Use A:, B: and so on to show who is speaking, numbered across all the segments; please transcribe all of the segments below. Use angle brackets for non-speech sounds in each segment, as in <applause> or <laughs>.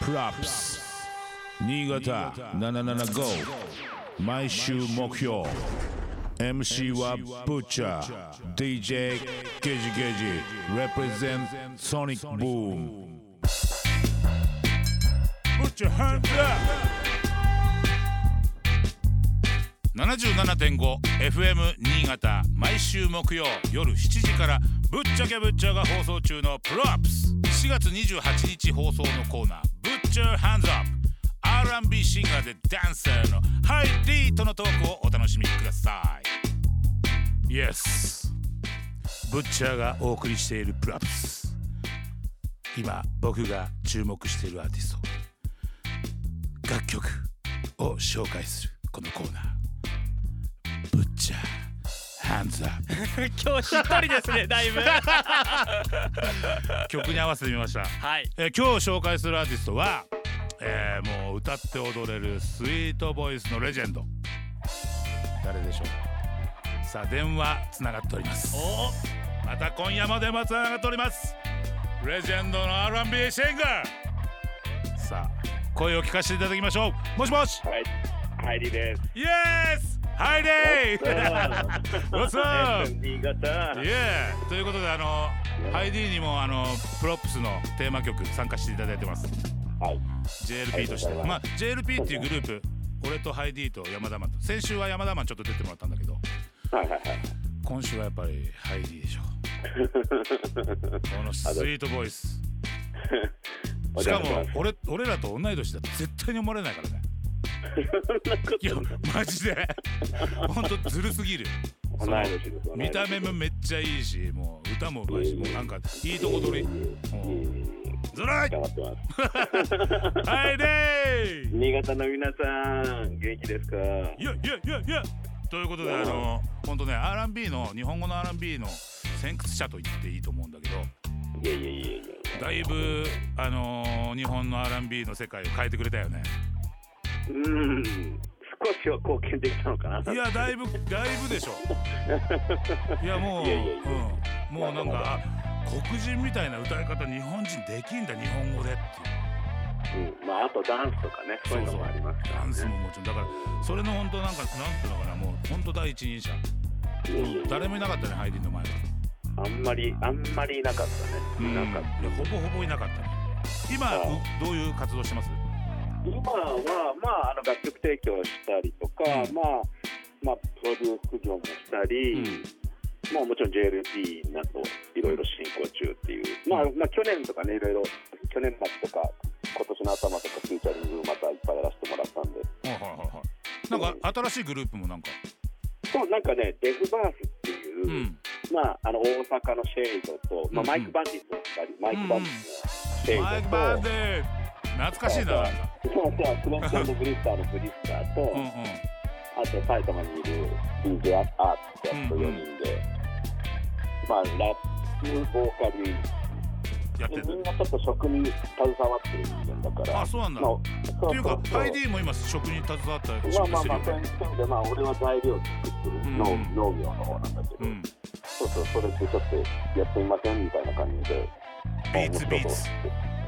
A: プラップス新潟775毎週目標 MC はブッチャー DJ ゲジゲジ represent ソニックブーム Put your hands up
B: 77.5FM 新潟毎週木曜夜7時から「ぶっちゃけぶっちゃ」が放送中の「プロアップス」4月28日放送のコーナー「ぶっちゃ Hands Up」R&B シンガーでダンサーのハイリーとのトークをお楽しみください Yes ブッチャーがお送りしている「プロアップス」今僕が注目しているアーティスト楽曲を紹介するこのコーナーブッチャーハンズアップ
C: 今日一人ですねだいぶ
B: 曲に合わせてみました、
C: はい
B: えー今日紹介するアーティストは、えーもう歌って踊れるスイートボイスのレジェンド誰でしょうさあ電話つながっております
C: お
B: また今夜も電話つながっておりますレジェンドの R&B シンガーさあ声を聞かせていただきましょうもしもし
D: はい、入りです。
B: イエスハイデイ What's up?
D: 新潟。
B: イエーということであのハイディにもあのプロップスのテーマ曲参加していただいてます
D: はい。
B: JLP とし
D: あ
B: て
D: りがとうござい
B: まあ
D: ま
B: JLP っていうグループ俺とハイディと山田マンと先週は山田マンちょっと出てもらったんだけど
D: はいはいはい。
B: 今週はやっぱりハイディでしょこのスイートボイス
D: お
B: しか
D: 邪
B: も
D: 魔します。
B: 俺俺らと同い年だと絶対に思われないから
D: <laughs>
B: ねいやマジでほんとずるすぎる
D: 同い年です同い年
B: 見た目もめっちゃいいしもう歌もうまいしもうなんかいいとこ取りもうずるい
D: 頑張ってます。
B: はいでー
D: 新潟の皆さん、元気ですか。
B: いやいやいやいやということであの本当ね R&B の日本語の R&B の先駆者と言っていいと思うんだけど
D: いやいやいやいや。
B: だいぶあのー日本の R&B の世界を変えてくれたよね
D: うーん。少しは貢献できたのかな。
B: いやだいぶだいぶでしょいやもう
D: いやいやいや
B: うん、もうなんかあ黒人みたいな歌い方日本人できんだ日本語でっていう
D: うん。まあ、あとダンスとかね、そういうのもありますか
B: ダ
D: ら
B: ン
D: ね。
B: スももちろんだからそれの本当なんかなんていうのかなもう本当第一人者
D: いやいやいや
B: 誰もいなかったねハイディンの前は。
D: あんまり、あんまりいなかったね。いなかった。
B: いやほぼほぼいなかったね今
D: ああ
B: うどういう活動してます
D: 今は、まあ、あの楽曲提供したりとか、
B: うん
D: まあまあ、プロデュース業もしたり、まあ、もちろん JLP などいろいろ進行中っていう、まあまあ、去年とかねいろいろ去年末とか今年の頭とかフューチャリングまたいっぱいやらせてもらったんで
B: はいはいはいはいなんか新しいグループもなんか
D: そうなんかねデフバースっていう、
B: うん
D: まあ、あの大阪のシェイドと、まあ、マイク・バンディットの2人、マイク・バンディットの
B: マイ
D: シェイ
B: ク
D: ド
B: バー
D: と
B: デー懐かしいななんか
D: <laughs> そうそうクロスアンドブリスターのブリスターと、
B: うんうん
D: あと埼玉にいる DJ アーティスト4人で、まあ、ラップ、ボーカル、
B: やって
D: みん
B: る
D: なちょっと職に携わってる人間だから、
B: あそうなんだ
D: まあ
B: っ、
D: そ
B: ていうか
D: そ
B: ハイディも今職に携わったり
D: まあ
B: 職し
D: まあ
B: てる
D: まあ、そう
B: よね
D: いう人で、まあ、俺は材料を作ってる農,、
B: うん
D: 農業の方なんだけど、
B: うん
D: そうそう、それでちょっとやってみませんみたいな感じで、
B: ビーツ
D: まあ
B: ビーツ。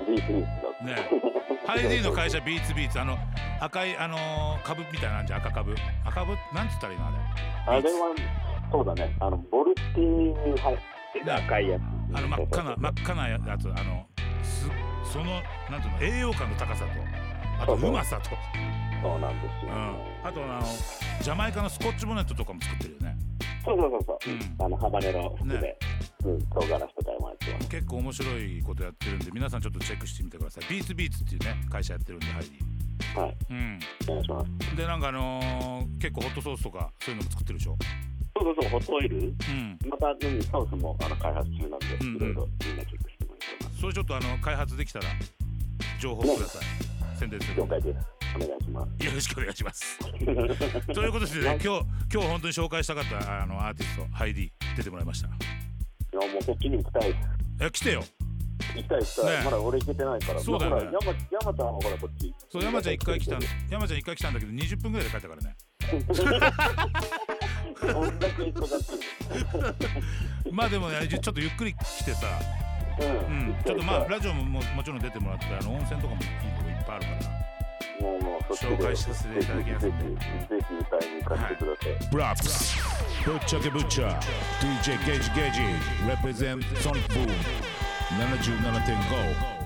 D: ビーツビーツだ
B: ねハイディの会社ビーツビーツあの赤いあのー株みたいなんじゃん赤株赤株なんつったらいいのあれ
D: <laughs> あれは、そうだね、あのボルティに入ってる赤いやつ。
B: あの真っ赤な真っ赤なやつあのすそのなんていうの栄養価の高さとあと
D: そうそう
B: うまさと、
D: そうなんです
B: う
D: よ、
B: ん、あとあのジャマイカのスコッチボネットとかも作ってるよね
D: そうそうそうそう、
B: うん
D: あのハバネロ含め、
B: ね
D: うん、唐辛子とかもやってます
B: 結構面白いことやってるんで皆さんちょっとチェックしてみてくださいビーツビーツっていうね会社やってるんでハイデ
D: はい
B: ィうん
D: お願いします
B: でなんかあのー結構ホットソースとかそういうのも作ってるでしょ
D: そうそうそうホットオイル
B: うん
D: また、うん、ソースもあの開発中なんで、
B: うんうん
D: いろいろみんなチェックしてもらってま
B: それちょっとあの開発できたら情報ください宣伝す
D: す
B: る
D: 了
B: んで
D: 解ですお願いします
B: よろしくお願いします <laughs> ということでね今日今日本当に紹介したかったあのアーティストハイディ出てもらいました
D: いやもうこっちに行きたい
B: え来てよ
D: 行きたい行きたい、
B: ねえ
D: まだ俺行けてないから
B: そうだよね
D: ほら山山ちゃんはほらこっち
B: そう山ちゃん一回来たん
D: <laughs> で
B: 山ちゃん一回来たんだけど20分ぐらいで帰ったからね
D: 同じ忙しい
B: まあでもねちょっとゆっくり来てさ
D: うん
E: うん、ちょっとまあ
D: も
E: ラジオもももちろん出てもらってあの温泉とかもいいとこいっぱいあるから
D: うもうそっち
E: 紹介させていただきます
D: ぜひぜひ歌いに行かせてください、
B: Props. Butcher the Butcher. DJ Gage Gage. Represent Sonic Boom. 77.5.